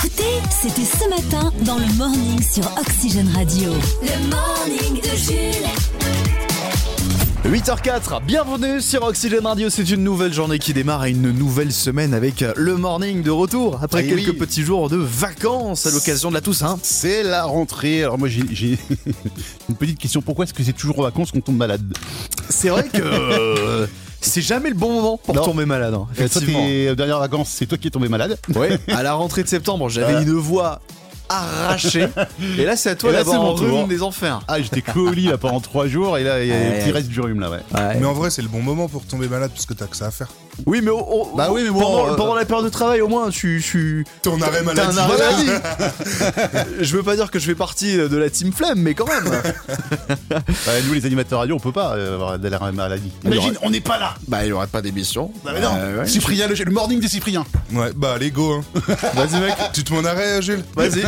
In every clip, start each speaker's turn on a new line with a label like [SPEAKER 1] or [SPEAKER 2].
[SPEAKER 1] C'était ce matin dans le morning sur Oxygène Radio. Le morning de Jules.
[SPEAKER 2] 8h04, bienvenue sur Oxygène Radio, c'est une nouvelle journée qui démarre et une nouvelle semaine avec le morning de retour après
[SPEAKER 3] Eh
[SPEAKER 2] quelques
[SPEAKER 3] oui.
[SPEAKER 2] petits jours de vacances à l'occasion de la Toussaint.
[SPEAKER 3] C'est la rentrée. Alors moi j'ai- j'ai une petite question. Pourquoi est-ce que c'est toujours en vacances qu'on tombe malade Euh,
[SPEAKER 2] C'est vrai que euh, c'est jamais le bon moment pour
[SPEAKER 3] Non.
[SPEAKER 2] tomber malade, hein,
[SPEAKER 3] Et Toi,
[SPEAKER 2] effectivement.
[SPEAKER 3] tes dernières vacances, c'est toi qui es tombé malade.
[SPEAKER 2] Ouais, à la rentrée de septembre, j'avais
[SPEAKER 3] Voilà.
[SPEAKER 2] une voix arrachée et là c'est à toi
[SPEAKER 3] Et là,
[SPEAKER 2] d'avoir
[SPEAKER 3] c'est mon
[SPEAKER 2] un rhume
[SPEAKER 3] tour.
[SPEAKER 2] des enfers.
[SPEAKER 3] Ah j'étais cloué au lit là pendant trois jours et là il y a
[SPEAKER 2] Ouais.
[SPEAKER 3] un petit reste du rhume là ouais.
[SPEAKER 2] Ouais.
[SPEAKER 4] Mais en vrai, c'est le bon moment pour tomber malade parce que t'as que ça à faire.
[SPEAKER 2] Oui, mais, au- au-
[SPEAKER 3] Bah oui, mais bon,
[SPEAKER 2] pendant,
[SPEAKER 3] euh,
[SPEAKER 2] pendant la période de travail, au moins, tu. tu...
[SPEAKER 4] Ton arrêt
[SPEAKER 2] T'as un
[SPEAKER 4] maladie.
[SPEAKER 2] arrêt maladie. Je veux pas dire que je fais partie de la team flemme, mais quand même.
[SPEAKER 3] Bah, nous les animateurs radio on peut pas euh, avoir de la maladie.
[SPEAKER 2] Imagine,
[SPEAKER 3] on n'est pas là.
[SPEAKER 2] Bah, il aurait pas d'émission.
[SPEAKER 3] Bah mais non.
[SPEAKER 2] Euh, ouais.
[SPEAKER 3] Cyprien, le, le morning des Cyprien.
[SPEAKER 4] Ouais, bah allez go. Hein.
[SPEAKER 2] Vas-y, mec.
[SPEAKER 4] tu te mon arrêt, euh, Jules
[SPEAKER 2] Vas-y,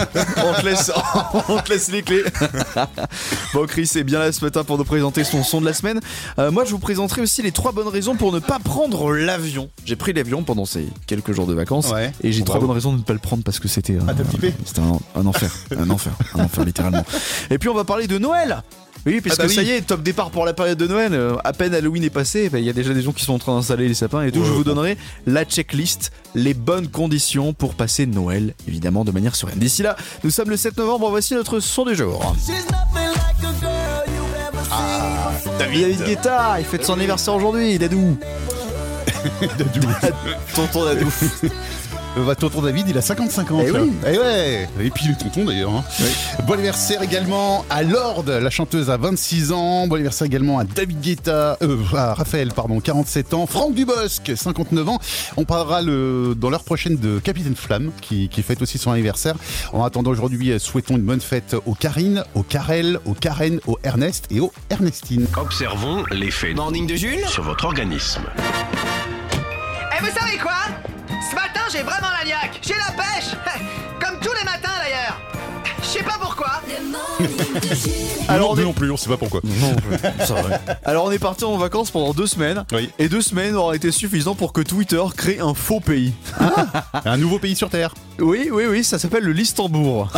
[SPEAKER 2] on te laisse, on te laisse les clés. bon, Chris est bien là ce matin pour nous présenter son son de la semaine. Euh, moi, je vous présenterai aussi les trois bonnes raisons pour ne pas prendre l'avion. J'ai pris l'avion pendant ces quelques jours de vacances
[SPEAKER 3] Ouais.
[SPEAKER 2] et j'ai
[SPEAKER 3] Bravo.
[SPEAKER 2] trois bonnes raisons de ne pas le prendre parce que c'était. euh,
[SPEAKER 3] Ah, t'as flippé
[SPEAKER 2] c'était un, un enfer, un enfer, un enfer littéralement. Et puis on va parler de Noël. Oui, parce
[SPEAKER 3] Ah bah
[SPEAKER 2] que ça
[SPEAKER 3] oui.
[SPEAKER 2] y est, top départ pour la période de Noël. Euh, à peine Halloween est passé, bah, il y a déjà des gens qui sont en train d'installer les sapins et tout.
[SPEAKER 4] Ouais.
[SPEAKER 2] Je vous donnerai la checklist, les bonnes conditions pour passer Noël, évidemment, de manière sereine. D'ici là, nous sommes le 7 novembre, voici notre son du jour. David, Guetta, il fête son anniversaire aujourd'hui, Dadou.
[SPEAKER 3] Dadou.
[SPEAKER 2] Tonton Dadou.
[SPEAKER 3] Euh, bah, tonton David, il a 55 ans.
[SPEAKER 2] Eh
[SPEAKER 3] frère.
[SPEAKER 2] oui.
[SPEAKER 3] Eh ouais. Et puis le tonton d'ailleurs. hein. Bon anniversaire également à Lorde, la chanteuse à 26 ans. Bon anniversaire également à David Guetta, euh, à Raphaël, pardon, 47 ans. Franck Dubosc, 59 ans. On parlera le, dans l'heure prochaine de Capitaine Flamme, qui, qui fête aussi son anniversaire. En attendant aujourd'hui, euh, souhaitons une bonne fête aux Karine, aux Karel, aux Karen, aux Ernest et aux Ernestine.
[SPEAKER 5] Observons l'effet Morning de Jules sur votre organisme.
[SPEAKER 6] Eh, vous savez quoi Ce matin, j'ai vraiment la niaque. J'ai la pêche. Comme tous les matins, d'ailleurs. Je sais pas pourquoi.
[SPEAKER 1] Le morning de Jules.
[SPEAKER 2] Alors, on est-
[SPEAKER 3] plus, on sait pas pourquoi.
[SPEAKER 2] Alors on est parti en vacances pendant deux semaines.
[SPEAKER 3] Oui.
[SPEAKER 2] Et deux semaines auraient été suffisant pour que Twitter crée un faux pays. Ah.
[SPEAKER 3] Un nouveau pays sur Terre.
[SPEAKER 2] Oui, oui, oui, ça s'appelle le Listembourg.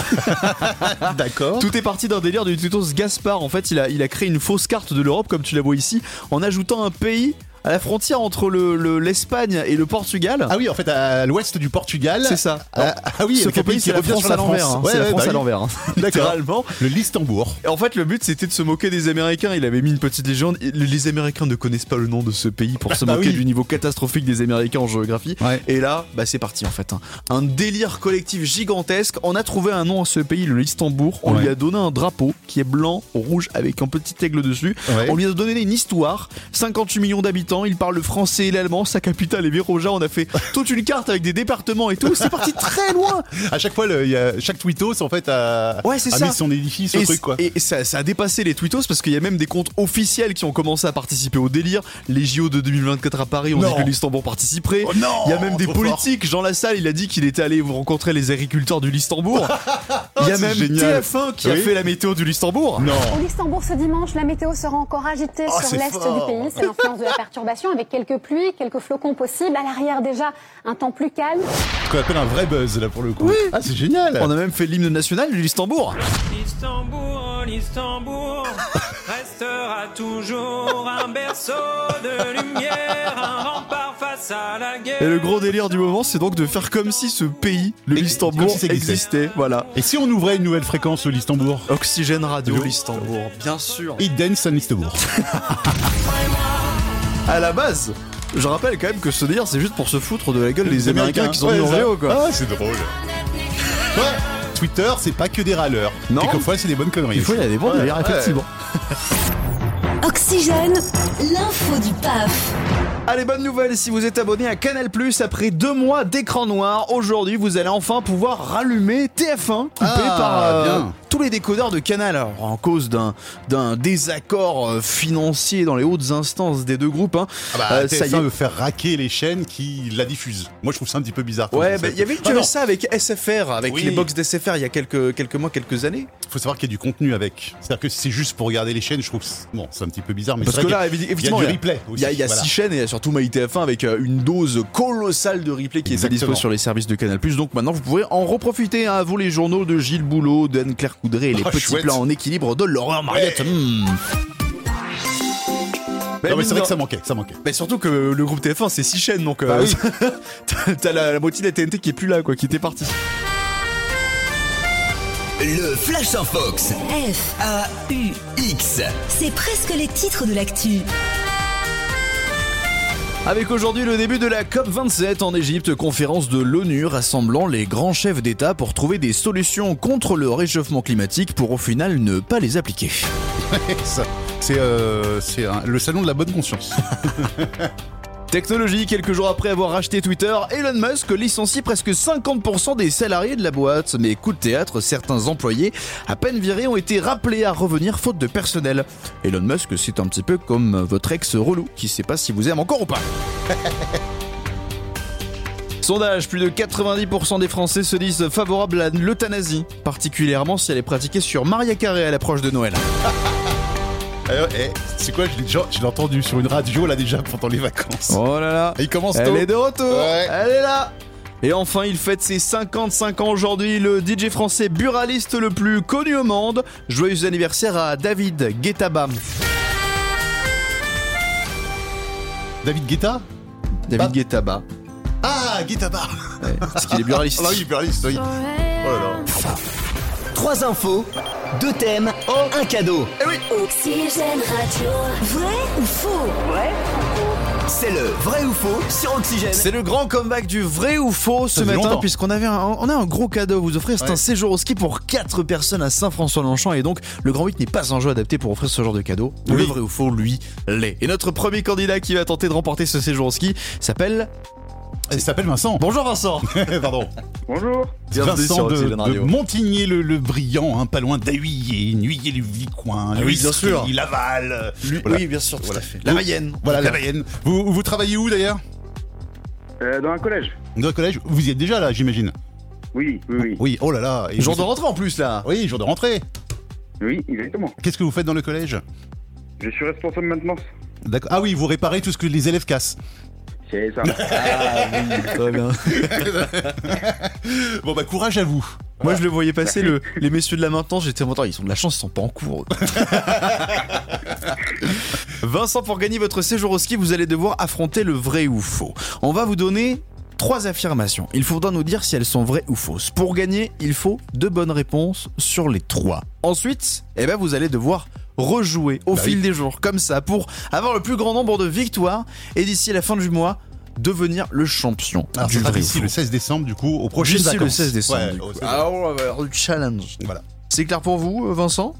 [SPEAKER 2] Ah.
[SPEAKER 3] D'accord.
[SPEAKER 2] Tout est parti d'un délire du tutos Gaspard. En fait, il a, il a créé une fausse carte de l'Europe, comme tu la vois ici, en ajoutant un pays à la frontière entre le- le- l'Espagne et le Portugal.
[SPEAKER 3] Ah oui, en fait, à l'ouest du Portugal.
[SPEAKER 2] C'est ça.
[SPEAKER 3] Ah, ah oui,
[SPEAKER 2] Ce
[SPEAKER 3] avec un
[SPEAKER 2] faux pays,
[SPEAKER 3] pays qui
[SPEAKER 2] c'est la
[SPEAKER 3] revient sur
[SPEAKER 2] France à
[SPEAKER 3] la France.
[SPEAKER 2] l'envers. hein.
[SPEAKER 3] Ouais,
[SPEAKER 2] c'est la
[SPEAKER 3] ouais,
[SPEAKER 2] France
[SPEAKER 3] bah
[SPEAKER 2] à
[SPEAKER 3] oui.
[SPEAKER 2] l'envers. hein.
[SPEAKER 3] D'accord.
[SPEAKER 2] Littéralement.
[SPEAKER 3] Le Listembourg.
[SPEAKER 2] Et En fait, le but c'était de se moquer des Américains. Il avait mis une petite légende. Les Américains ne connaissent pas le nom de ce pays pour se
[SPEAKER 3] Bah
[SPEAKER 2] moquer
[SPEAKER 3] oui.
[SPEAKER 2] du niveau catastrophique des Américains en géographie.
[SPEAKER 3] Ouais.
[SPEAKER 2] Et là, bah, c'est parti en fait. hein. Un délire collectif gigantesque. On a trouvé un nom à ce pays, le Listembourg. On
[SPEAKER 3] Ouais.
[SPEAKER 2] lui a donné un drapeau qui est blanc, rouge, avec un petit aigle dessus.
[SPEAKER 3] Ouais.
[SPEAKER 2] On lui a donné une histoire. 58 millions d'habitants. Il parle le français et l'allemand. Sa capitale est Viroja. On a fait toute une carte avec des départements et tout. C'est parti très loin.
[SPEAKER 3] À chaque fois, le- il y a- chaque tweetos en fait a,
[SPEAKER 2] Ouais, c'est
[SPEAKER 3] a
[SPEAKER 2] ça.
[SPEAKER 3] mis son édifice,
[SPEAKER 2] Et,
[SPEAKER 3] son truc quoi.
[SPEAKER 2] et ça, ça a dépassé les tweetos parce qu'il y a même des comptes officiels qui ont commencé à participer au délire. Les JO de 2024 à Paris ont
[SPEAKER 3] Non.
[SPEAKER 2] dit que Listembourg participerait.
[SPEAKER 3] Oh non,
[SPEAKER 2] il y a même des
[SPEAKER 3] trop fort.
[SPEAKER 2] politiques. Jean Lassalle, il a dit qu'il était allé rencontrer les agriculteurs du Listembourg. il y a
[SPEAKER 3] Oh, c'est
[SPEAKER 2] même
[SPEAKER 3] génial.
[SPEAKER 2] TF1 qui a
[SPEAKER 3] Oui.
[SPEAKER 2] fait la météo du Listembourg.
[SPEAKER 7] Au Luxembourg ce dimanche, la météo sera encore agitée
[SPEAKER 3] Oh, c'est
[SPEAKER 7] sur l'est
[SPEAKER 3] fort.
[SPEAKER 7] du pays. C'est l'influence de la perturbation avec quelques pluies, quelques flocons possibles. À l'arrière déjà, un temps plus calme.
[SPEAKER 3] Ce qu'on appelle un vrai buzz là pour le coup. Ah, c'est génial.
[SPEAKER 2] On a même fait l'hymne national du Listembourg.
[SPEAKER 8] Istanbul, Istanbul restera toujours un berceau de lumière, un rempart face à la guerre.
[SPEAKER 2] Et le gros délire du moment, c'est donc de faire comme si ce pays, le
[SPEAKER 3] Et-
[SPEAKER 2] Listembourg,
[SPEAKER 3] comme si ça existait.
[SPEAKER 2] existait. Voilà.
[SPEAKER 3] Et si on ouvrait une nouvelle fréquence au Listembourg
[SPEAKER 2] Oxygène Radio
[SPEAKER 3] Le-
[SPEAKER 2] Listembourg, bien sûr.
[SPEAKER 3] It Dance on Listembourg.
[SPEAKER 2] À la base, je rappelle quand même que ce délire, c'est juste pour se foutre de la gueule des
[SPEAKER 3] Les
[SPEAKER 2] Américains qui sont
[SPEAKER 3] ouais,
[SPEAKER 2] venus en
[SPEAKER 3] ça.
[SPEAKER 2] VO, quoi.
[SPEAKER 3] Ah, c'est drôle. Ouais. Twitter, c'est pas que des râleurs.
[SPEAKER 2] Non.
[SPEAKER 3] Quelquefois, c'est des bonnes conneries.
[SPEAKER 2] Des fois, il y a des bons
[SPEAKER 3] Ouais,
[SPEAKER 2] délires,
[SPEAKER 3] ouais.
[SPEAKER 2] effectivement.
[SPEAKER 1] Oxygène, l'info du PAF.
[SPEAKER 2] Allez, bonne nouvelle si vous êtes abonné à Canal après deux mois d'écran noir. Aujourd'hui, vous allez enfin pouvoir rallumer TF1, coupé
[SPEAKER 3] Ah,
[SPEAKER 2] par euh,
[SPEAKER 3] bien.
[SPEAKER 2] tous les décodeurs de Canal, alors, en cause d'un d'un désaccord euh, financier dans les hautes instances des deux groupes. hein.
[SPEAKER 3] Ah bah,
[SPEAKER 2] Euh,
[SPEAKER 3] TF1 veut faire raquer les chaînes qui la diffusent. Moi, je trouve ça un petit peu bizarre. comme
[SPEAKER 2] Ouais,
[SPEAKER 3] concept.
[SPEAKER 2] bah, il y avait tu
[SPEAKER 3] Ah
[SPEAKER 2] avais
[SPEAKER 3] non,
[SPEAKER 2] ça avec SFR, avec
[SPEAKER 3] Oui.
[SPEAKER 2] les box d'SFR il y a quelques, quelques mois, quelques années.
[SPEAKER 3] faut savoir qu'il y a du contenu avec. C'est-à-dire que si c'est juste pour regarder les chaînes, je trouve. que c'est- Bon, c'est un petit peu bizarre, mais
[SPEAKER 2] Parce
[SPEAKER 3] c'est
[SPEAKER 2] que
[SPEAKER 3] vrai
[SPEAKER 2] là,
[SPEAKER 3] qu'il y a-
[SPEAKER 2] effectivement,
[SPEAKER 3] il y a du replay
[SPEAKER 2] Il y a, il y a
[SPEAKER 3] aussi, voilà.
[SPEAKER 2] six chaînes et il y a surtout MyTF1 avec euh, une dose colossale de replay qui est
[SPEAKER 3] Exactement.
[SPEAKER 2] dispo sur les services de Canal+. Donc maintenant, vous pouvez en reprofiter hein, à vous les journaux de Gilles Boulot, d'Anne-Claire Coudray et les
[SPEAKER 3] Ah,
[SPEAKER 2] petits
[SPEAKER 3] chouette.
[SPEAKER 2] plats en équilibre de Laurent Mariette. Hmm.
[SPEAKER 3] Non, mais c'est vrai
[SPEAKER 2] non.
[SPEAKER 3] que ça manquait, ça manquait.
[SPEAKER 2] Mais surtout que le groupe TF1 c'est six chaînes donc euh, t'as- t'as la, la moitié de la TNT qui est plus là quoi, qui était partie.
[SPEAKER 9] Le Flash en Fox.
[SPEAKER 1] F,
[SPEAKER 9] F-A-U-X.
[SPEAKER 1] c'est presque les titres de l'actu.
[SPEAKER 2] Avec aujourd'hui le début de la COP27 en Égypte, conférence de l'ONU rassemblant les grands chefs d'État pour trouver des solutions contre le réchauffement climatique pour au final ne pas les appliquer.
[SPEAKER 3] Ça, C'est euh, c'est un- le salon de la bonne conscience.
[SPEAKER 2] Technologie, quelques jours après avoir racheté Twitter, Elon Musk licencie presque 50% des salariés de la boîte. Mais coup de théâtre, certains employés, à peine virés, ont été rappelés à revenir faute de personnel. Elon Musk, c'est un petit peu comme votre ex relou qui sait pas si vous aime encore ou pas. Sondage, plus de 90% des Français se disent favorables à l'euthanasie, particulièrement si elle est pratiquée sur Maria Carré à l'approche de Noël.
[SPEAKER 3] Alors, eh, c'est quoi Je l'ai déjà- je l'ai entendu sur une radio là déjà pendant les vacances.
[SPEAKER 2] Oh là là
[SPEAKER 3] Et il commence
[SPEAKER 2] Elle
[SPEAKER 3] tôt.
[SPEAKER 2] est de retour
[SPEAKER 3] Ouais.
[SPEAKER 2] Elle est là et enfin, il fête ses 55 ans aujourd'hui, le DJ français buraliste le plus connu au monde. Joyeux anniversaire à David Guettaba.
[SPEAKER 3] David Guetta
[SPEAKER 2] David
[SPEAKER 3] Bah.
[SPEAKER 2] Guettaba.
[SPEAKER 3] Ah, Guetta Bar
[SPEAKER 2] Parce qu'il est buraliste.
[SPEAKER 3] Ah oui, buraliste, oui.
[SPEAKER 9] Trois infos, deux thèmes, un cadeau.
[SPEAKER 1] Oxygène Radio. Vrai ou faux
[SPEAKER 9] C'est le vrai ou faux sur Oxygène.
[SPEAKER 2] C'est le grand comeback du vrai ou faux ce
[SPEAKER 3] Ça fait
[SPEAKER 2] matin,
[SPEAKER 3] longtemps.
[SPEAKER 2] puisqu'on avait un, on a un gros cadeau à vous offrir. C'est un séjour au ski pour 4 personnes à Saint-François-Longchamp. Et donc, le Grand 8 n'est pas un jeu adapté pour offrir ce genre de cadeau. Le vrai ou faux, lui, l'est. Et notre premier candidat qui va tenter de remporter ce séjour au ski s'appelle.
[SPEAKER 3] Il s'appelle Vincent.
[SPEAKER 2] Bonjour Vincent
[SPEAKER 3] Pardon.
[SPEAKER 2] Bienvenue sur
[SPEAKER 3] Vincent de,
[SPEAKER 2] Oxygène Radio.
[SPEAKER 3] de Montigny le, le Brillant, hein, pas loin d'Ahuillé, Nuyer le Vicoin,
[SPEAKER 2] Ah oui, bien sûr.
[SPEAKER 3] Laval. euh,
[SPEAKER 2] Lui-
[SPEAKER 3] voilà.
[SPEAKER 2] Oui, bien sûr, tout
[SPEAKER 3] Voilà.
[SPEAKER 2] à fait. La Mayenne.
[SPEAKER 3] Voilà, la Mayenne. Vous, vous travaillez où d'ailleurs
[SPEAKER 10] Euh, dans un collège
[SPEAKER 3] Dans le collège Vous y êtes déjà là, j'imagine
[SPEAKER 10] Oui, oui,
[SPEAKER 3] Oui, oh là là. Et
[SPEAKER 2] Jour
[SPEAKER 3] vous-
[SPEAKER 2] de rentrée en plus, là.
[SPEAKER 3] Oui, jour de rentrée.
[SPEAKER 10] oui, exactement.
[SPEAKER 3] Qu'est-ce que vous faites dans le collège
[SPEAKER 10] Je suis responsable maintenant.
[SPEAKER 3] D'accord. Ah oui, vous réparez tout ce que les élèves cassent.
[SPEAKER 10] C'est ça.
[SPEAKER 3] Bon bah courage à vous.
[SPEAKER 2] Moi, je le voyais passer, le, les messieurs de la maintenance, j'étais content. Ils ont de la chance, ils sont pas en cours. Vincent, pour gagner votre séjour au ski, vous allez devoir affronter le vrai ou faux. On va vous donner trois affirmations. Il faudra nous dire si elles sont vraies ou fausses. Pour gagner, il faut deux bonnes réponses sur les trois. Ensuite, eh ben, vous allez devoir rejouer au fil des jours, comme ça, pour avoir le plus grand nombre de victoires et d'ici la fin du mois, devenir le champion
[SPEAKER 3] Alors,
[SPEAKER 2] du
[SPEAKER 3] ça Ah, sera
[SPEAKER 2] vrai ou
[SPEAKER 3] d'ici
[SPEAKER 2] faux.
[SPEAKER 3] le 16 décembre du coup au prochain
[SPEAKER 2] D'ici
[SPEAKER 3] vacances.
[SPEAKER 2] le 16 décembre.
[SPEAKER 3] Ouais,
[SPEAKER 2] du coup. Ah.
[SPEAKER 3] au 16 décembre.
[SPEAKER 2] Alors, on va avoir du challenge.
[SPEAKER 3] Voilà.
[SPEAKER 2] C'est clair pour
[SPEAKER 3] euh,
[SPEAKER 2] vous, Vincent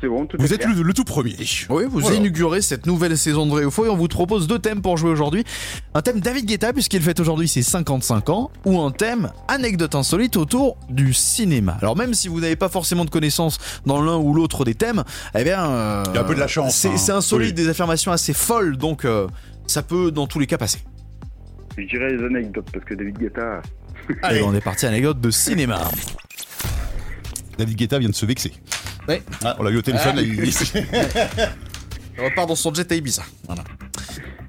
[SPEAKER 10] C'est bon, tout est
[SPEAKER 3] Vous êtes
[SPEAKER 10] clair.
[SPEAKER 3] le, le tout premier.
[SPEAKER 2] Oui, vous
[SPEAKER 3] Voilà.
[SPEAKER 2] inaugurez cette nouvelle saison de Vrai ou Faux et on vous propose deux thèmes pour jouer aujourd'hui. Un thème David Guetta, puisqu'il fête aujourd'hui ses 55 ans, ou un thème anecdote insolite autour du cinéma. Alors même si vous n'avez pas forcément de connaissances dans l'un ou l'autre des thèmes, eh bien... euh,
[SPEAKER 3] Il y a un peu de la chance,
[SPEAKER 2] C'est
[SPEAKER 3] hein.
[SPEAKER 2] c'est insolite,
[SPEAKER 3] Oui.
[SPEAKER 2] des affirmations assez folles, donc euh, ça peut dans tous les cas passer.
[SPEAKER 10] Je dirais les anecdotes parce que David Guetta.
[SPEAKER 2] Allez, on est parti à l'anecdote de cinéma.
[SPEAKER 3] David Guetta vient de se vexer.
[SPEAKER 2] Ouais.
[SPEAKER 3] Ah, on l'a eu au téléphone. là, il-
[SPEAKER 2] On repart dans son jet à Ibiza. Voilà.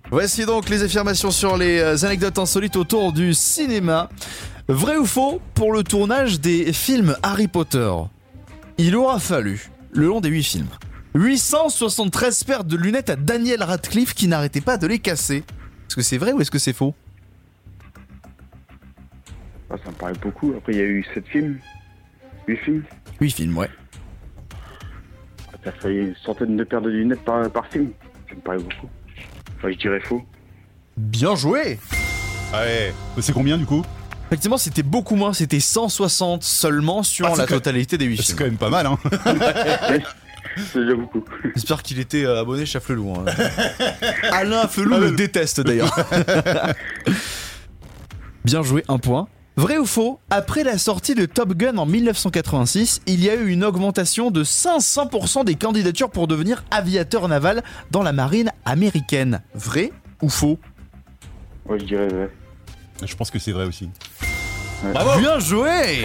[SPEAKER 2] Voici donc les affirmations sur les euh, anecdotes insolites autour du cinéma. Vrai ou faux, pour le tournage des films Harry Potter, il aura fallu, le long des 8 films, 873 paires de lunettes à Daniel Radcliffe qui n'arrêtait pas de les casser. Est-ce que c'est vrai ou est-ce que c'est faux
[SPEAKER 10] Ah, ça me paraît beaucoup. Après, il y a eu 7 films. 8 films.
[SPEAKER 2] 8 films, ouais.
[SPEAKER 10] Ça fait une centaine de paires de lunettes par, par film. Ça me paraît beaucoup. Enfin, je dirais faux.
[SPEAKER 2] Bien joué
[SPEAKER 3] Ah ouais. C'est combien du coup
[SPEAKER 2] Effectivement, c'était beaucoup moins, c'était 160 seulement sur
[SPEAKER 3] Ah, c'est
[SPEAKER 2] la
[SPEAKER 3] que-
[SPEAKER 2] totalité des 8
[SPEAKER 3] C'est
[SPEAKER 2] films.
[SPEAKER 3] quand même pas mal hein.
[SPEAKER 10] C'est déjà beaucoup.
[SPEAKER 2] J'espère qu'il était euh, abonné chez Flelou. hein.
[SPEAKER 3] Ah,
[SPEAKER 2] Alain Flelou le déteste d'ailleurs. Bien joué, un point. Vrai ou faux, après la sortie de Top Gun en 1986, il y a eu une augmentation de 500% des candidatures pour devenir aviateur naval dans la marine américaine. Vrai ou faux
[SPEAKER 10] Ouais, je dirais vrai.
[SPEAKER 3] Je pense que c'est vrai aussi.
[SPEAKER 2] Bien joué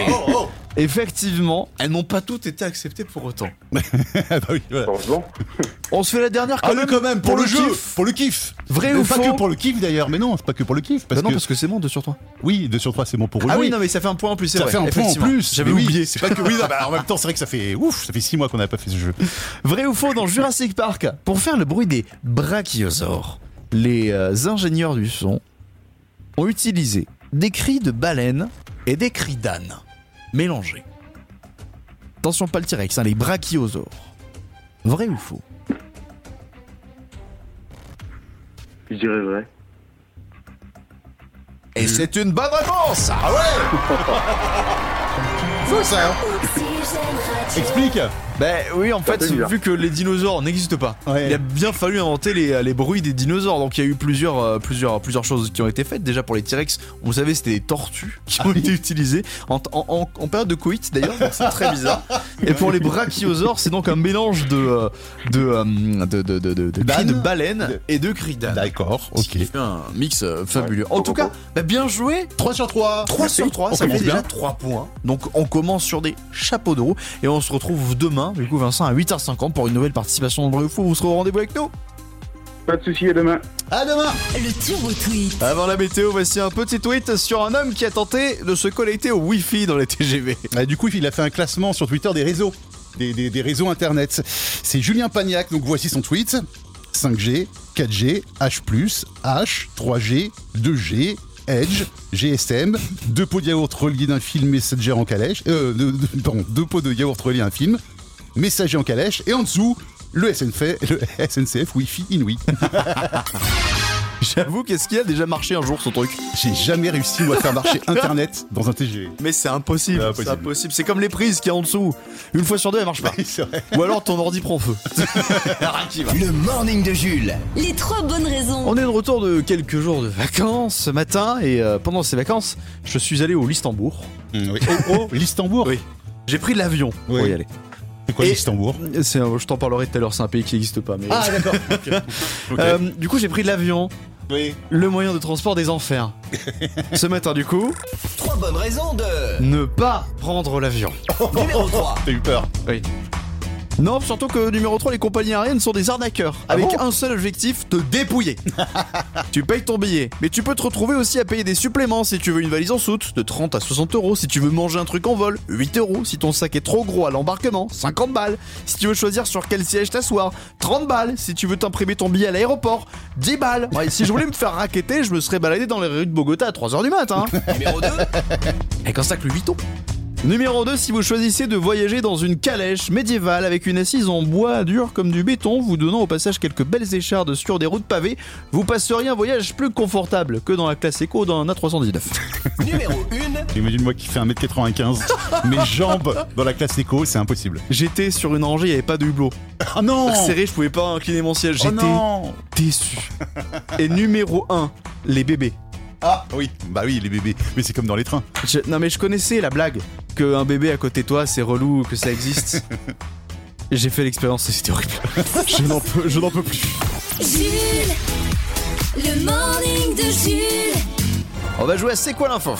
[SPEAKER 2] Effectivement, elles n'ont pas toutes été acceptées pour autant.
[SPEAKER 3] Ah bah oui, voilà.
[SPEAKER 10] Heureusement.
[SPEAKER 2] On se fait la dernière quand
[SPEAKER 3] Ah
[SPEAKER 2] même
[SPEAKER 3] oui, quand même, pour, le, jeu,
[SPEAKER 2] kiff.
[SPEAKER 3] pour le kiff.
[SPEAKER 2] Vrai
[SPEAKER 3] Mais
[SPEAKER 2] ou
[SPEAKER 3] pas
[SPEAKER 2] faux
[SPEAKER 3] que pour le kiff d'ailleurs, mais non, c'est pas que pour le kiff. Parce
[SPEAKER 2] Bah non,
[SPEAKER 3] que, Ah
[SPEAKER 2] parce que c'est bon, 2 sur 3.
[SPEAKER 3] oui, 2 sur 3 c'est bon pour
[SPEAKER 2] Ah
[SPEAKER 3] aujourd'hui.
[SPEAKER 2] oui, non, mais ça fait un point en plus, c'est
[SPEAKER 3] ça
[SPEAKER 2] vrai,
[SPEAKER 3] fait un point en
[SPEAKER 2] effectivement.
[SPEAKER 3] plus.
[SPEAKER 2] J'avais
[SPEAKER 3] mais oui,
[SPEAKER 2] oublié.
[SPEAKER 3] C'est pas que oui, non, bah, en même temps, c'est vrai que ça fait ouf, ça fait 6 mois qu'on n'a pas fait ce jeu.
[SPEAKER 2] Vrai ou faux dans Jurassic Park Pour faire le bruit des brachiosaures, les euh, ingénieurs du son ont utilisé des cris de baleines et des cris d'âne mélangés. Attention, pas le T-Rex, hein, les brachiosaures. Vrai ou faux
[SPEAKER 10] Je dirais vrai.
[SPEAKER 2] Et c'est une bonne réponse Ah
[SPEAKER 3] Faux ça hein Explique
[SPEAKER 2] Ben oui, en fait,
[SPEAKER 10] peu bizarre.
[SPEAKER 2] vu que les dinosaures n'existent pas,
[SPEAKER 3] Ouais.
[SPEAKER 2] il a bien fallu inventer les, euh, les bruits des dinosaures. Donc il y a eu plusieurs, euh, plusieurs, plusieurs choses qui ont été faites. Déjà pour les T-Rex, vous savez, c'était des tortues qui ont été utilisées en, en- en- en période de coït d'ailleurs, donc c'est très bizarre. Et pour les brachiosaures, c'est donc un mélange de euh, de euh, de, de, de, de- de cris
[SPEAKER 3] D'âne.
[SPEAKER 2] de baleine et de cris d'âne.
[SPEAKER 3] D'accord,
[SPEAKER 2] Ce
[SPEAKER 3] ok.
[SPEAKER 2] qui fait un mix euh, fabuleux. En tout cas, bah, bien joué
[SPEAKER 3] 3 sur 3
[SPEAKER 2] 3 sur 3,
[SPEAKER 3] on
[SPEAKER 2] ça fait
[SPEAKER 3] commence
[SPEAKER 2] déjà
[SPEAKER 3] bien.
[SPEAKER 2] 3 points. Donc on commence sur des chapeaux de roue et on se retrouve demain, du coup Vincent, à 8h50 pour une nouvelle participation de Vrai ou Faux. Vous serez au rendez-vous avec nous
[SPEAKER 10] Pas de soucis, à demain.
[SPEAKER 3] À demain
[SPEAKER 1] Le turbo tweet.
[SPEAKER 2] Avant la météo, voici un petit tweet sur un homme qui a tenté de se connecter au Wi-Fi dans les TGV.
[SPEAKER 3] Ah, Du coup, il a fait un classement sur Twitter des réseaux, des, des- des réseaux internet. C'est Julien Pagnac, donc voici son tweet 5G, 4G, H, H, 3G, 2G. Edge, GSM, deux pots de yaourt reliés d'un film Messenger en calèche, euh, de- de- pardon, deux pots de yaourt reliés à un film, Messager en calèche, et en dessous, le SNCF, le SNCF Wi-Fi Inouï.
[SPEAKER 2] J'avoue, qu'est-ce qu'il a déjà marché un jour son truc
[SPEAKER 3] J'ai jamais réussi moi, à faire marcher Internet dans un TGV.
[SPEAKER 2] Mais c'est impossible,
[SPEAKER 3] C'est
[SPEAKER 2] c'est
[SPEAKER 3] impossible.
[SPEAKER 2] impossible. C'est comme les prises qu'il y a en dessous. Une fois sur deux, elle marche pas.
[SPEAKER 3] C'est vrai.
[SPEAKER 2] Ou alors ton ordi prend feu. Rien qui va.
[SPEAKER 9] Le morning de Jules.
[SPEAKER 1] Les trois bonnes raisons.
[SPEAKER 2] On est de retour de quelques jours de vacances ce matin et euh, pendant ces vacances, je suis allé au Listembourg.
[SPEAKER 3] Oh, oh, l'Istanbul.
[SPEAKER 2] Oui. J'ai pris l'avion pour
[SPEAKER 3] Oui.
[SPEAKER 2] y aller.
[SPEAKER 3] C'est quoi
[SPEAKER 2] Et-
[SPEAKER 3] l'Istanbul
[SPEAKER 2] C'est un- je t'en parlerai tout à l'heure, c'est un pays qui n'existe pas. Mais...
[SPEAKER 3] Ah, d'accord.
[SPEAKER 2] Euh, du coup, j'ai pris l'avion,
[SPEAKER 3] Oui.
[SPEAKER 2] le moyen de transport des enfers. Ce matin, du coup,
[SPEAKER 9] Trois bonnes raisons de.
[SPEAKER 2] ne pas prendre l'avion.
[SPEAKER 9] Numéro 3.
[SPEAKER 3] T'as eu peur.
[SPEAKER 2] Oui. Non, surtout que numéro 3, les compagnies aériennes sont des arnaqueurs. avec un seul objectif, te dépouiller. tu payes ton billet, mais tu peux te retrouver aussi à payer des suppléments si tu veux une valise en soute, de 30 à 60 euros. Si tu veux manger un truc en vol, 8 euros. Si ton sac est trop gros à l'embarquement, 50 balles. Si tu veux choisir sur quel siège t'asseoir, 30 balles. Si tu veux t'imprimer ton billet à l'aéroport, 10 balles. Ouais, si je voulais me faire raqueter, je me serais baladé dans les rues de Bogota à 3h du matin.
[SPEAKER 9] Numéro 2.
[SPEAKER 2] Avec un sac le 8 Numéro 2, si vous choisissez de voyager dans une calèche médiévale avec une assise en bois dur comme du béton, vous donnant au passage quelques belles échardes sur des routes pavées, vous passeriez un voyage plus confortable que dans la classe éco d'un A319.
[SPEAKER 9] Numéro 1.
[SPEAKER 3] Imagine-moi qui fait 1m95, mes jambes dans la classe éco, c'est impossible.
[SPEAKER 2] J'étais sur une rangée, il n'y avait pas de hublot.
[SPEAKER 3] Ah non
[SPEAKER 2] Serré, je pouvais pas incliner mon siège,
[SPEAKER 3] Oh
[SPEAKER 2] j'étais
[SPEAKER 3] non
[SPEAKER 2] déçu. Et numéro 1, les bébés.
[SPEAKER 3] Ah oui, bah oui, les bébés. Mais c'est comme dans les trains.
[SPEAKER 2] Je- non mais je connaissais la blague que un bébé à côté de toi c'est relou que ça existe. J'ai fait l'expérience et c'était horrible. je n'en peux, je n'en peux plus.
[SPEAKER 3] Oh.
[SPEAKER 1] Jules. Le morning de Jules.
[SPEAKER 2] On va jouer à C'est quoi l'info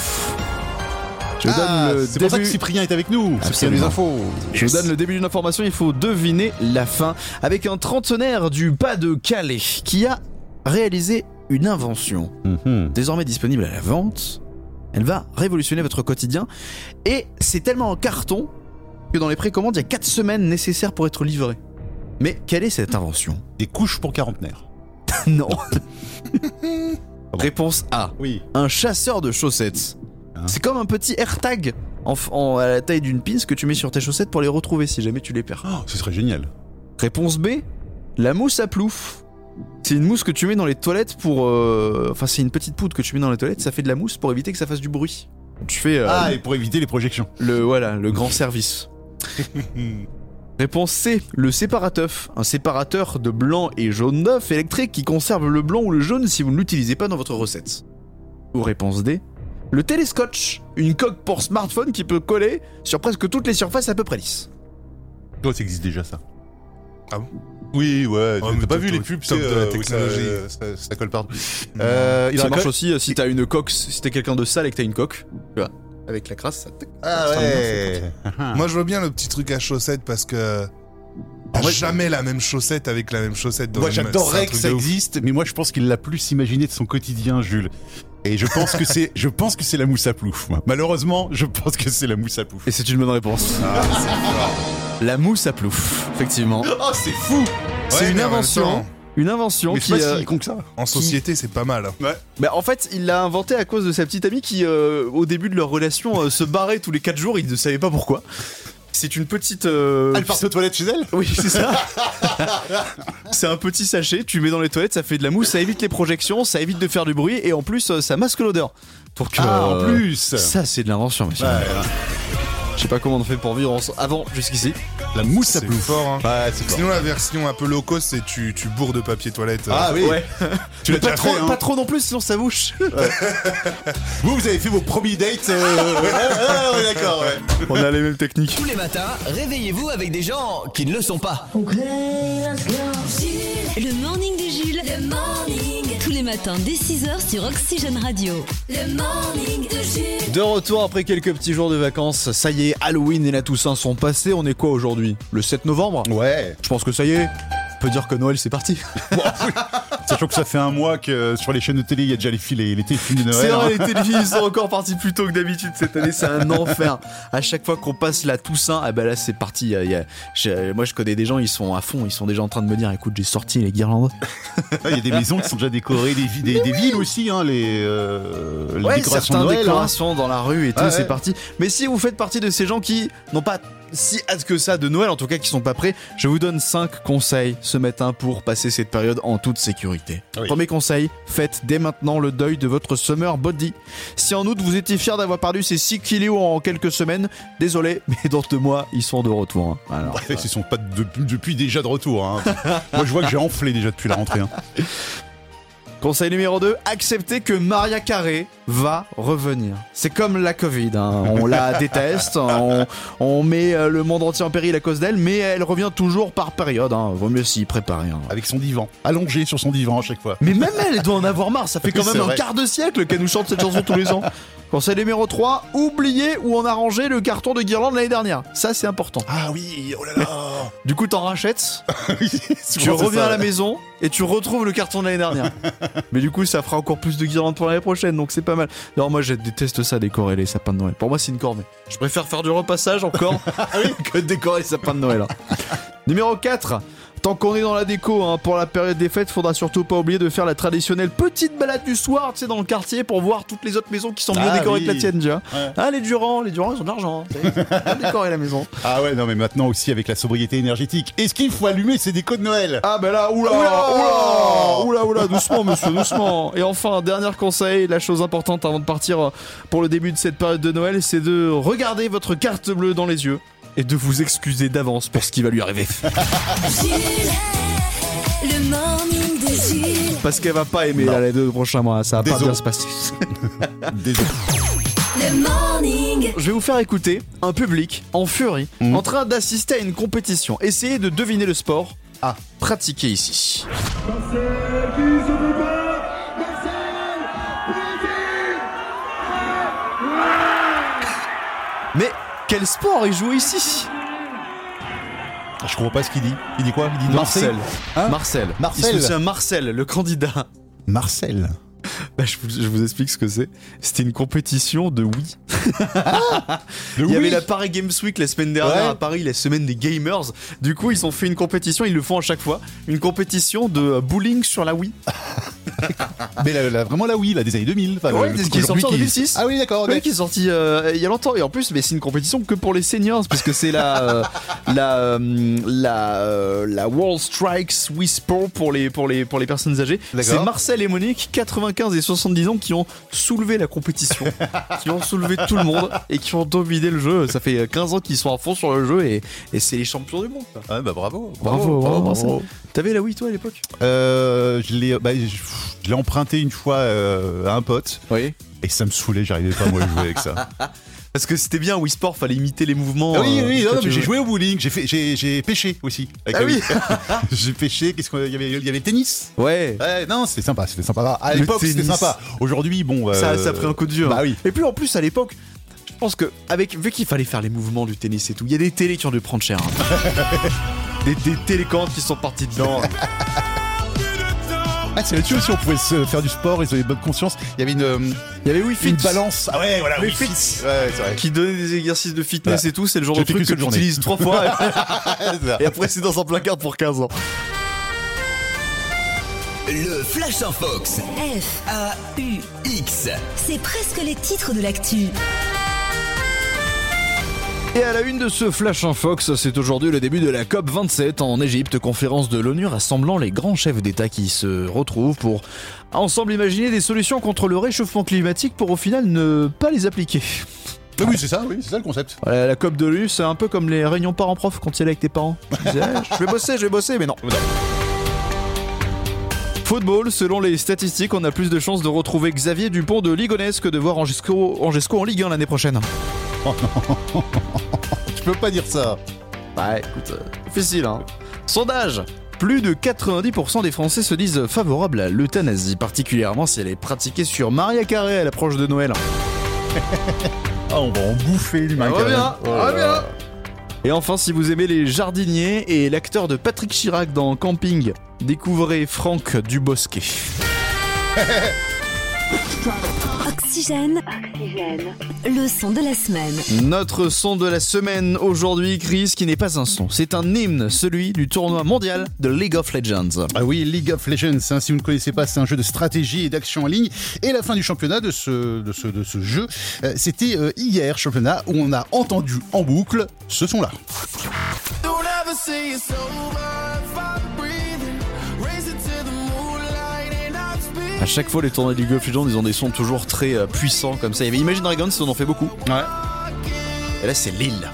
[SPEAKER 2] Je vous
[SPEAKER 3] Ah,
[SPEAKER 2] donne le
[SPEAKER 3] c'est pour ça que
[SPEAKER 2] début.
[SPEAKER 3] Cyprien est avec nous. Cyprien nous infos.
[SPEAKER 2] Je vous donne le début d'une information, il faut deviner la fin. Avec un trentenaire du Pas-de-Calais qui a réalisé une invention. Désormais disponible à la vente, elle va révolutionner votre quotidien. Et c'est tellement en carton que dans les précommandes, il y a 4 semaines nécessaires pour être livré. Mais quelle est cette invention
[SPEAKER 3] Des couches pour quarantenaire.
[SPEAKER 2] Non. Réponse A.
[SPEAKER 3] Oui.
[SPEAKER 2] un chasseur de chaussettes.
[SPEAKER 3] Hein
[SPEAKER 2] C'est comme un petit AirTag en, en- à la taille d'une pince que tu mets sur tes chaussettes pour les retrouver si jamais tu les perds.
[SPEAKER 3] Oh, ce serait génial.
[SPEAKER 2] Réponse B, la mousse à plouf. C'est une mousse que tu mets dans les toilettes pour... euh, Enfin, c'est une petite poudre que tu mets dans les toilettes, ça fait de la mousse pour éviter que ça fasse du bruit. Tu fais euh,
[SPEAKER 3] Ah, et pour éviter les projections.
[SPEAKER 2] le, voilà, le grand service. Réponse C, le séparateuf. Un séparateur de blanc et jaune d'œuf électrique qui conserve le blanc ou le jaune si vous ne l'utilisez pas dans votre recette. Ou réponse D, le téléscotch, une coque pour smartphone qui peut coller sur presque toutes les surfaces à peu près lisses.
[SPEAKER 3] Toi, ça existe déjà ça.
[SPEAKER 4] Ah bon
[SPEAKER 3] Oui, ouais.
[SPEAKER 4] Oh, mais
[SPEAKER 3] T'as pas
[SPEAKER 4] t'as-
[SPEAKER 3] vu
[SPEAKER 4] t'as-
[SPEAKER 3] les pubs
[SPEAKER 4] t'as-
[SPEAKER 3] c'est,
[SPEAKER 4] t'as
[SPEAKER 3] euh,
[SPEAKER 4] la
[SPEAKER 3] oui, ça-
[SPEAKER 4] technologie.
[SPEAKER 3] ça, ça colle partout. Euh, il a
[SPEAKER 2] ça
[SPEAKER 3] un
[SPEAKER 2] marche
[SPEAKER 3] co-
[SPEAKER 2] aussi euh, si t'as une coque, si t'es quelqu'un de sale et que t'as une coque, tu vois, avec la crasse, ça te-
[SPEAKER 3] Ah
[SPEAKER 2] ça
[SPEAKER 3] ouais.
[SPEAKER 4] Moi, je vois bien le petit truc à chaussettes parce que.
[SPEAKER 3] En
[SPEAKER 4] T'as
[SPEAKER 3] vrai,
[SPEAKER 4] jamais la même chaussette avec la même chaussette dans
[SPEAKER 3] Moi,
[SPEAKER 4] le même- c'est
[SPEAKER 3] j'adorerais
[SPEAKER 4] un
[SPEAKER 3] que
[SPEAKER 4] truc
[SPEAKER 3] ça
[SPEAKER 4] de ouf.
[SPEAKER 3] existe, mais moi, je pense qu'il l'a plus imaginé de son quotidien, Jules. Et je pense que c'est, je pense que c'est la mousse à plouf. moi. Malheureusement, je pense que c'est la mousse à plouf.
[SPEAKER 2] Et c'est une bonne réponse. la mousse à plouf, Ah, effectivement.
[SPEAKER 3] Oh, c'est fou.
[SPEAKER 2] c'est
[SPEAKER 4] Ouais,
[SPEAKER 2] une
[SPEAKER 4] mais en même
[SPEAKER 2] invention.
[SPEAKER 4] temps,
[SPEAKER 2] Une invention
[SPEAKER 3] Mais je
[SPEAKER 2] qui.
[SPEAKER 3] sais pas
[SPEAKER 2] euh,
[SPEAKER 3] s'il compte ça.
[SPEAKER 4] En société, c'est pas mal.
[SPEAKER 2] bah, en fait, il l'a inventée à cause de sa petite amie qui, euh, au début de leur relation, euh, se barrait tous les 4 jours, il ne savait pas pourquoi. C'est une petite. euh,
[SPEAKER 3] Elle part aux toilettes chez elle.
[SPEAKER 2] Oui, c'est ça. c'est un petit sachet, tu mets dans les toilettes, ça fait de la mousse, ça évite les projections, ça évite de faire du bruit et en plus euh, ça masque l'odeur. Donc
[SPEAKER 3] Ah, en
[SPEAKER 2] euh,
[SPEAKER 3] plus.
[SPEAKER 2] ça c'est de l'invention monsieur.
[SPEAKER 3] Ouais.
[SPEAKER 2] Je sais pas comment on fait pour vivre ense- avant jusqu'ici.
[SPEAKER 3] La mousse à
[SPEAKER 4] C'est
[SPEAKER 3] plouf.
[SPEAKER 4] fort, hein.
[SPEAKER 3] Ouais, c'est fort.
[SPEAKER 4] Sinon, la version un peu low cost, c'est tu, tu bourres de papier toilette. euh,
[SPEAKER 3] Ah oui.
[SPEAKER 2] Ouais.
[SPEAKER 3] Tu l'as
[SPEAKER 2] pas
[SPEAKER 3] déjà
[SPEAKER 2] trop,
[SPEAKER 3] fait, hein.
[SPEAKER 2] pas trop non plus sinon ça bouche.
[SPEAKER 3] Vous, vous avez fait vos premiers dates. euh, ouais, ouais, ouais, d'accord. ouais.
[SPEAKER 2] on a les mêmes techniques.
[SPEAKER 9] Tous les matins, réveillez-vous avec des gens qui ne le sont pas.
[SPEAKER 1] Le morning de Jules. Le morning. Tous les matins dès 6h sur Oxygène Radio. Le morning de Jules.
[SPEAKER 2] De retour après quelques petits jours de vacances, ça y est, Halloween et la Toussaint sont passés, on est quoi aujourd'hui Le 7 novembre
[SPEAKER 3] Ouais.
[SPEAKER 2] Je pense que ça y est, on peut dire que Noël c'est parti.
[SPEAKER 3] Sachant que ça fait un mois que euh, sur les chaînes de télé, il y a déjà les, filles, les, les téléfilms de Noël.
[SPEAKER 2] C'est
[SPEAKER 3] hein.
[SPEAKER 2] vrai, les téléfilms sont encore partis plus tôt que d'habitude cette année, c'est un enfer. À chaque fois qu'on passe la Toussaint, ah bah là c'est parti. il y a- il y a- je- moi je connais des gens, ils sont à fond, ils sont déjà en train de me dire écoute, j'ai sorti les guirlandes.
[SPEAKER 3] Ah, Il y a des maisons qui sont déjà décorées, des, vi- des- des villes aussi, hein, les, euh, les
[SPEAKER 2] Ouais,
[SPEAKER 3] décorations de
[SPEAKER 2] certains
[SPEAKER 3] Noël. hein.
[SPEAKER 2] décorations dans la rue et tout,
[SPEAKER 3] Ah ouais.
[SPEAKER 2] c'est parti. Mais si vous faites partie de ces gens qui n'ont pas si hâte que ça de Noël, en tout cas qui sont pas prêts, je vous donne 5 conseils ce matin pour passer cette période en toute sécurité.
[SPEAKER 3] Oui.
[SPEAKER 2] Premier conseil, faites dès maintenant le deuil de votre summer body. Si en août vous étiez fier d'avoir perdu ces 6 kilos en quelques semaines, désolé, mais dans deux mois, ils sont de retour. hein. Alors,
[SPEAKER 3] Ouais, Ils sont pas de- depuis déjà de retour. hein. Moi, je vois que j'ai enflé déjà depuis la rentrée. hein.
[SPEAKER 2] Conseil numéro 2, acceptez que Maria Carré va revenir. C'est comme la Covid, hein. on la déteste, on, on met euh, le monde entier en péril à cause d'elle, mais elle revient toujours par période, hein. vaut mieux s'y préparer. hein.
[SPEAKER 3] Avec son divan, allongé sur son divan à chaque fois.
[SPEAKER 2] Mais même elle doit en avoir marre, ça fait quand
[SPEAKER 3] Oui,
[SPEAKER 2] même
[SPEAKER 3] c'est
[SPEAKER 2] un
[SPEAKER 3] vrai.
[SPEAKER 2] quart de siècle qu'elle nous chante cette chanson tous les ans. Conseil numéro 3, oubliez où on a rangé le carton de guirlande l'année dernière. Ça c'est important.
[SPEAKER 3] Ah oui, oh là là
[SPEAKER 2] Du coup t'en rachètes,
[SPEAKER 3] Oui,
[SPEAKER 2] tu
[SPEAKER 3] souvent, c'est
[SPEAKER 2] reviens
[SPEAKER 3] ça.
[SPEAKER 2] à la maison et tu retrouves le carton de l'année dernière. Mais du coup, ça fera encore plus de guirlandes pour l'année prochaine, donc c'est pas mal. Non, moi, je déteste ça, décorer les sapins de Noël. Pour moi, c'est une corvée. Je préfère faire du repassage encore
[SPEAKER 3] Ah
[SPEAKER 2] que de décorer les sapins de Noël. hein. Numéro 4. Tant qu'on est dans la déco, hein, pour la période des fêtes, faudra surtout pas oublier de faire la traditionnelle petite balade du soir, tu sais, dans le quartier pour voir toutes les autres maisons qui sont mieux
[SPEAKER 3] Ah
[SPEAKER 2] décorées
[SPEAKER 3] oui.
[SPEAKER 2] que la tienne, tu vois.
[SPEAKER 3] Ouais.
[SPEAKER 2] Ah, les Durand, les Durand, ils ont de l'argent. hein, tu sais. Ils ont décoré la maison.
[SPEAKER 3] Ah ouais, non, mais maintenant aussi avec la sobriété énergétique. Est-ce qu'il faut allumer ces décos de Noël
[SPEAKER 2] Ah ben là, oula, oula, oula, oula, doucement monsieur, doucement. Et enfin, dernier conseil, la chose importante avant de partir pour le début de cette période de Noël, c'est de regarder votre carte bleue dans les yeux et de vous excuser d'avance pour ce qui va lui arriver.
[SPEAKER 1] Le morning de Jules.
[SPEAKER 2] Parce qu'elle va pas aimer là, les deux prochains mois, ça va pas
[SPEAKER 3] Désolé.
[SPEAKER 2] bien se passer.
[SPEAKER 3] Désolé.
[SPEAKER 1] Le morning.
[SPEAKER 2] Je vais vous faire écouter un public en furie,
[SPEAKER 3] Mm.
[SPEAKER 2] en train d'assister à une compétition. Essayez de deviner le sport à pratiquer ici. Mais quel sport il joue ici
[SPEAKER 3] Ah, Je comprends pas ce qu'il dit. Il dit quoi Il dit
[SPEAKER 2] Marcel.
[SPEAKER 3] Hein
[SPEAKER 2] Marcel.
[SPEAKER 3] Marcel.
[SPEAKER 2] Il se soutient Marcel, le candidat.
[SPEAKER 3] Marcel.
[SPEAKER 2] Bah, je, vous, je vous explique ce que c'est. C'était une compétition de Wii.
[SPEAKER 3] Le
[SPEAKER 2] Il y
[SPEAKER 3] oui.
[SPEAKER 2] avait la Paris Games Week la semaine dernière
[SPEAKER 3] Ouais.
[SPEAKER 2] à Paris, la semaine des gamers. Du coup, ils ont fait une compétition, ils le font à chaque fois, une compétition de euh, bowling sur la Wii.
[SPEAKER 3] Mais la- la- vraiment la oui, là, des années 2000. enfin,
[SPEAKER 2] Ouais,
[SPEAKER 3] le-
[SPEAKER 2] des-
[SPEAKER 3] le-
[SPEAKER 2] qui est sorti en
[SPEAKER 3] aujourd'hui
[SPEAKER 2] 2006.
[SPEAKER 3] Ah oui, d'accord.
[SPEAKER 2] Oui,
[SPEAKER 3] d'accord.
[SPEAKER 2] qui est sorti euh, il y a longtemps. Et en plus, mais c'est une compétition que pour les seniors, parce que c'est la, euh, la, euh, la, euh, la World Strikes Whisper pour les, pour les, pour les personnes âgées.
[SPEAKER 3] D'accord.
[SPEAKER 2] C'est Marcel et Monique, 95 et 70 ans, qui ont soulevé la compétition, qui ont soulevé tout le monde et qui ont dominé le jeu. Ça euh, fait 15 ans qu'ils sont à fond sur le jeu et, et c'est les champions du monde. quoi.
[SPEAKER 3] Ah bah bravo.
[SPEAKER 2] Bravo, bravo, Marcel. T'avais la Wii toi à l'époque
[SPEAKER 3] Euh, je l'ai bah, je- je l'ai emprunté une fois euh, à un pote.
[SPEAKER 2] Oui.
[SPEAKER 3] Et ça me saoulait, j'arrivais pas moi à jouer avec ça.
[SPEAKER 2] Parce que c'était bien Wii Sport, fallait imiter les mouvements.
[SPEAKER 3] Ah oui,
[SPEAKER 2] euh,
[SPEAKER 3] oui, non,
[SPEAKER 2] que
[SPEAKER 3] non,
[SPEAKER 2] tu
[SPEAKER 3] mais j'ai
[SPEAKER 2] veux.
[SPEAKER 3] joué au bowling, j'ai fait- j'ai j'ai pêché aussi. avec
[SPEAKER 2] Ah
[SPEAKER 3] la
[SPEAKER 2] oui.
[SPEAKER 3] Wii. J'ai pêché, qu'est-ce qu'on il y avait il y avait le tennis.
[SPEAKER 2] Ouais.
[SPEAKER 3] Ouais, non, c'était sympa, c'était sympa. À
[SPEAKER 2] Le
[SPEAKER 3] l'époque, c'était
[SPEAKER 2] tennis.
[SPEAKER 3] sympa. Aujourd'hui, bon.
[SPEAKER 2] Ça,
[SPEAKER 3] euh,
[SPEAKER 2] ça a pris un coup de vieux. hein.
[SPEAKER 3] Bah oui.
[SPEAKER 2] Et puis en plus à l'époque, je pense que avec vu qu'il fallait faire les mouvements du tennis et tout, il y a des télés qui ont dû prendre cher. hein. des, des télécommandes qui sont parties dedans.
[SPEAKER 3] Ah, c'est là-dessus aussi, on pouvait se faire du sport, ils avaient bonne conscience. Il y avait une, euh,
[SPEAKER 2] Il y avait Wii Fit.
[SPEAKER 3] une balance. Ah ouais, voilà,
[SPEAKER 2] Les
[SPEAKER 3] Wii Fit.
[SPEAKER 2] Fits.
[SPEAKER 3] Ouais, c'est vrai.
[SPEAKER 2] Qui donnait des exercices de fitness
[SPEAKER 3] Ouais.
[SPEAKER 2] et tout, c'est le genre
[SPEAKER 3] J'ai
[SPEAKER 2] de
[SPEAKER 3] fait
[SPEAKER 2] truc
[SPEAKER 3] qu'une
[SPEAKER 2] que
[SPEAKER 3] seule journée.
[SPEAKER 2] j'utilise trois fois
[SPEAKER 3] Ah, C'est ça.
[SPEAKER 2] et, après c'est dans un placard pour 15 ans.
[SPEAKER 9] Le Flash en Fox.
[SPEAKER 1] F,
[SPEAKER 9] X.
[SPEAKER 1] c'est presque les titres de l'actu.
[SPEAKER 2] Et à la une de ce Flash en Fox, c'est aujourd'hui le début de la COP 27 en Égypte, conférence de l'ONU rassemblant les grands chefs d'État qui se retrouvent pour ensemble imaginer des solutions contre le réchauffement climatique pour au final ne pas les appliquer.
[SPEAKER 3] Bah oui, c'est ça, oui, c'est ça le concept.
[SPEAKER 2] Voilà, la COP de l'ONU, c'est un peu comme les réunions parents-prof quand tu es là avec tes parents. Tu disais, Ah, je vais bosser, je vais bosser, mais non. Football, selon les statistiques, on a plus de chances de retrouver Xavier Dupont de Ligonnès que de voir Angesco, Angesco en Ligue 1 l'année prochaine.
[SPEAKER 3] Tu peux pas dire ça.
[SPEAKER 2] Bah écoute, euh, difficile hein. Sondage plus de 90% des Français se disent favorables à l'euthanasie, particulièrement si elle est pratiquée sur Maria Carré à l'approche de Noël.
[SPEAKER 3] Ah, on va en bouffer du
[SPEAKER 2] Reviens,
[SPEAKER 3] macaron. Oh là
[SPEAKER 2] reviens.
[SPEAKER 3] là.
[SPEAKER 2] Et enfin, si vous aimez les jardiniers et l'acteur de Patrick Chirac dans Camping, découvrez Franck Dubosquet.
[SPEAKER 1] Oxygène, le son de la semaine.
[SPEAKER 2] Notre son de la semaine aujourd'hui, Chris, qui n'est pas un son, c'est un hymne, celui du tournoi mondial de League of Legends.
[SPEAKER 3] Ah oui, League of Legends, hein, si vous ne connaissez pas, c'est un jeu de stratégie et d'action en ligne. Et la fin du championnat de ce, de ce, de ce jeu, euh, c'était euh, hier, championnat, où on a entendu en boucle ce son-là.
[SPEAKER 2] À chaque fois, les tournois de League of Legends, ils ont des sons toujours très euh, puissants comme ça. Il y avait Imagine Dragons, on en fait beaucoup.
[SPEAKER 3] Ouais.
[SPEAKER 2] Et là, c'est Lille.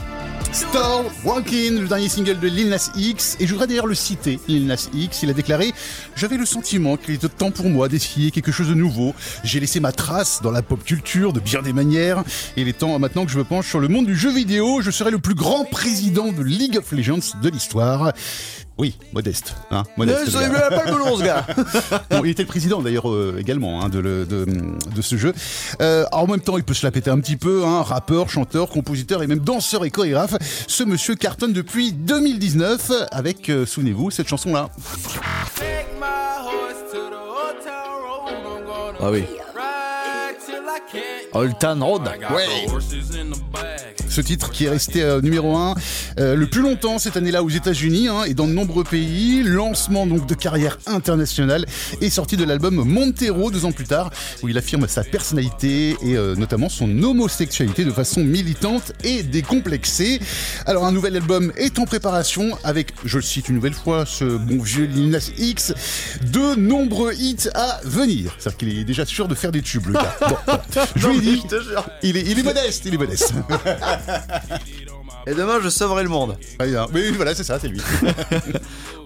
[SPEAKER 3] Storm Walking, le dernier single de Lil Nas X. Et je voudrais d'ailleurs le citer, Lil Nas X. Il a déclaré J'avais le sentiment qu'il était temps pour moi d'essayer quelque chose de nouveau. J'ai laissé ma trace dans la pop culture de bien des manières. Et il est temps maintenant que je me penche sur le monde du jeu vidéo. Je serai le plus grand président de League of Legends de l'histoire. Oui, modeste. Hein, modeste le gars.
[SPEAKER 2] pas le melon, ce gars.
[SPEAKER 3] Bon, il était le président d'ailleurs euh, également hein, de, le- de- de ce jeu. Euh, en même temps, il peut se la péter un petit peu, hein, rappeur, chanteur, compositeur et même danseur et chorégraphe. Ce monsieur cartonne depuis 2019 avec, euh, souvenez-vous, cette chanson-là.
[SPEAKER 2] Ah oui. Oltan Road.
[SPEAKER 3] Ce titre qui est resté euh, numéro 1 le plus longtemps cette année-là aux États-Unis hein, et dans de nombreux pays. Lancement donc de carrière internationale et sortie de l'album Montero deux ans plus tard où il affirme sa personnalité et euh, notamment son homosexualité de façon militante et décomplexée. Alors un nouvel album est en préparation avec, je le cite une nouvelle fois, ce bon vieux Lil Nas X, de nombreux hits à venir. C'est-à-dire qu'il est déjà sûr de faire des tubes le gars. Bon, voilà. Je vous l'ai dit, il est, il est modeste, il est modeste.
[SPEAKER 2] Et demain, je sauverai le monde.
[SPEAKER 3] Très bien. Mais oui, voilà, c'est ça, c'est lui.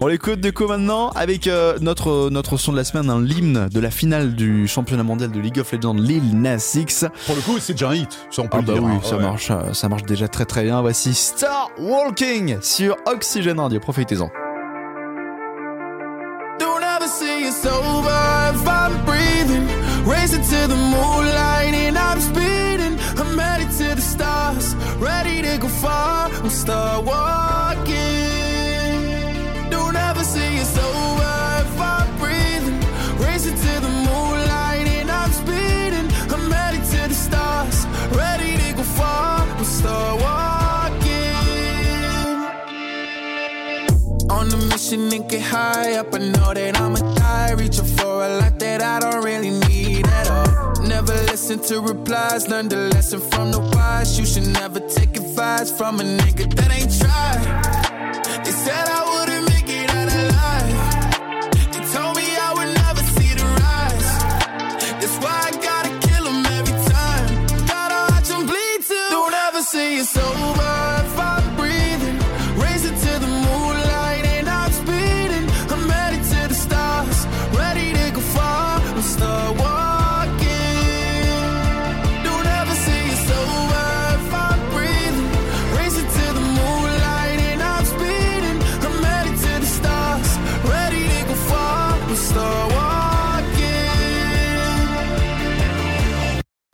[SPEAKER 2] On l'écoute de co maintenant avec euh, notre, euh, notre son de la semaine, un l'hymne de la finale du championnat mondial de League of Legends, Lille Nas X.
[SPEAKER 3] Pour le coup, c'est déjà un hit. Ça, on
[SPEAKER 2] Ah
[SPEAKER 3] peut le
[SPEAKER 2] bah
[SPEAKER 3] dire,
[SPEAKER 2] oui,
[SPEAKER 3] hein.
[SPEAKER 2] ça
[SPEAKER 3] Ouais.
[SPEAKER 2] marche, euh, ça marche déjà très très bien. Voici Star Walking sur Oxygène Radio. Profitez-en.
[SPEAKER 8] Don't ever say it's over if I'm breathing. Racing to the moonlight and I'm speeding. I'm headed to the stars, ready to go far. I'm start walking. Don't ever say it's over if I'm breathing. Racing to the moonlight and I'm speeding. I'm headed to the stars, ready to go far. I'm start walking. On a mission and get high up. I know that I'ma die. Reaching for a lot that I don't really need at all. Never listen to replies. Learn the lesson from the wise. You should never take advice from a nigga that ain't tried. They said I wouldn't make it out alive. They told me I would never see the rise. That's why I gotta kill 'em every time. Gotta watch 'em bleed too. Don't ever say it's over if I'm breathing. Racing to the moonlight and I'm speeding. I'm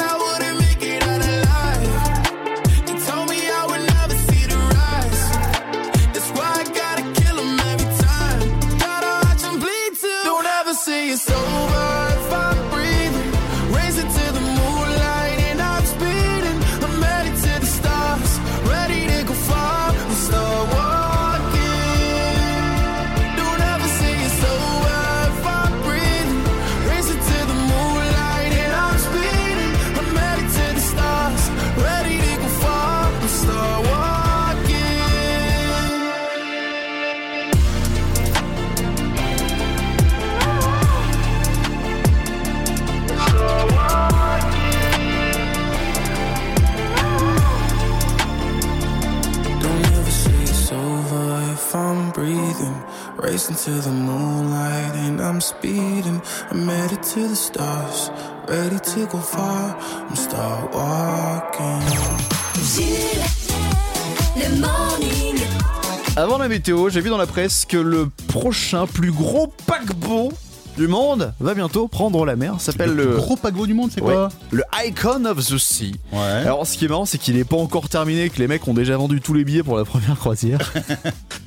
[SPEAKER 8] I wouldn't make it out alive. They told me I would never see the rise. That's why I gotta kill 'em every time. Gotta watch 'em bleed too. Don't ever say it's over if I'm breathing. Racing to the moonlight and I'm speeding. I'm headed to the stars, ready to go far. We start walking. Don't ever say it's over if I'm breathing. Racing to the moonlight and I'm speeding. I'm headed to the stars, ready to go far. We start walking. Don't ever say it's over if I'm breathing. Racing to the moonlight and I'm speeding. I'm headed to the stars, ready to go far. I'm start walking.
[SPEAKER 1] Jules, le morning.
[SPEAKER 2] Avant la météo, j'ai vu dans la presse que le prochain plus gros paquebot du monde va bientôt prendre la mer. Ça S'appelle
[SPEAKER 3] Le
[SPEAKER 2] le.
[SPEAKER 3] plus gros paquebot du monde, c'est quoi
[SPEAKER 2] Ouais. Le Icon of the Sea.
[SPEAKER 3] Ouais.
[SPEAKER 2] Alors, ce qui est marrant, c'est qu'il n'est pas encore terminé, que les mecs ont déjà vendu tous les billets pour la première croisière.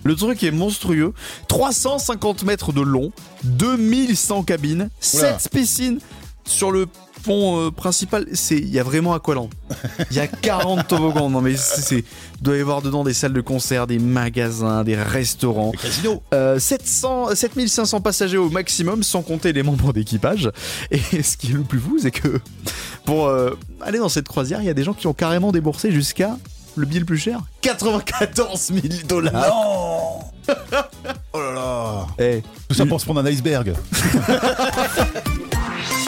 [SPEAKER 2] le truc est monstrueux. 350 mètres de long, 2100 cabines, 7 piscines sur le pont euh, principal. C'est- Il y a vraiment Aqualand. Il y a 40 toboggans. Non, mais c'est- c'est- il doit y avoir dedans des salles de concert, des magasins, des restaurants.
[SPEAKER 3] Casino.
[SPEAKER 2] Euh, 700, 7500 passagers au maximum, sans compter les membres d'équipage. Et ce qui est le plus fou, c'est que pour euh, aller dans cette croisière, il y a des gens qui ont carrément déboursé jusqu'à le billet le plus cher 94 000 dollars.
[SPEAKER 3] Oh là là.
[SPEAKER 2] Eh,
[SPEAKER 3] Tout ça pour se prendre un iceberg.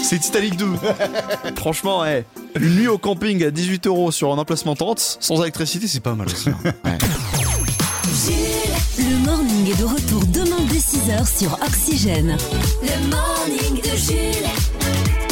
[SPEAKER 2] c'est Titanic 2. Franchement, eh, une nuit au camping à 18 euros sur un emplacement tente, sans électricité, c'est pas mal aussi. hein.
[SPEAKER 1] Jules, le morning est de retour demain dès 6h sur Oxygène. Le morning de Jules.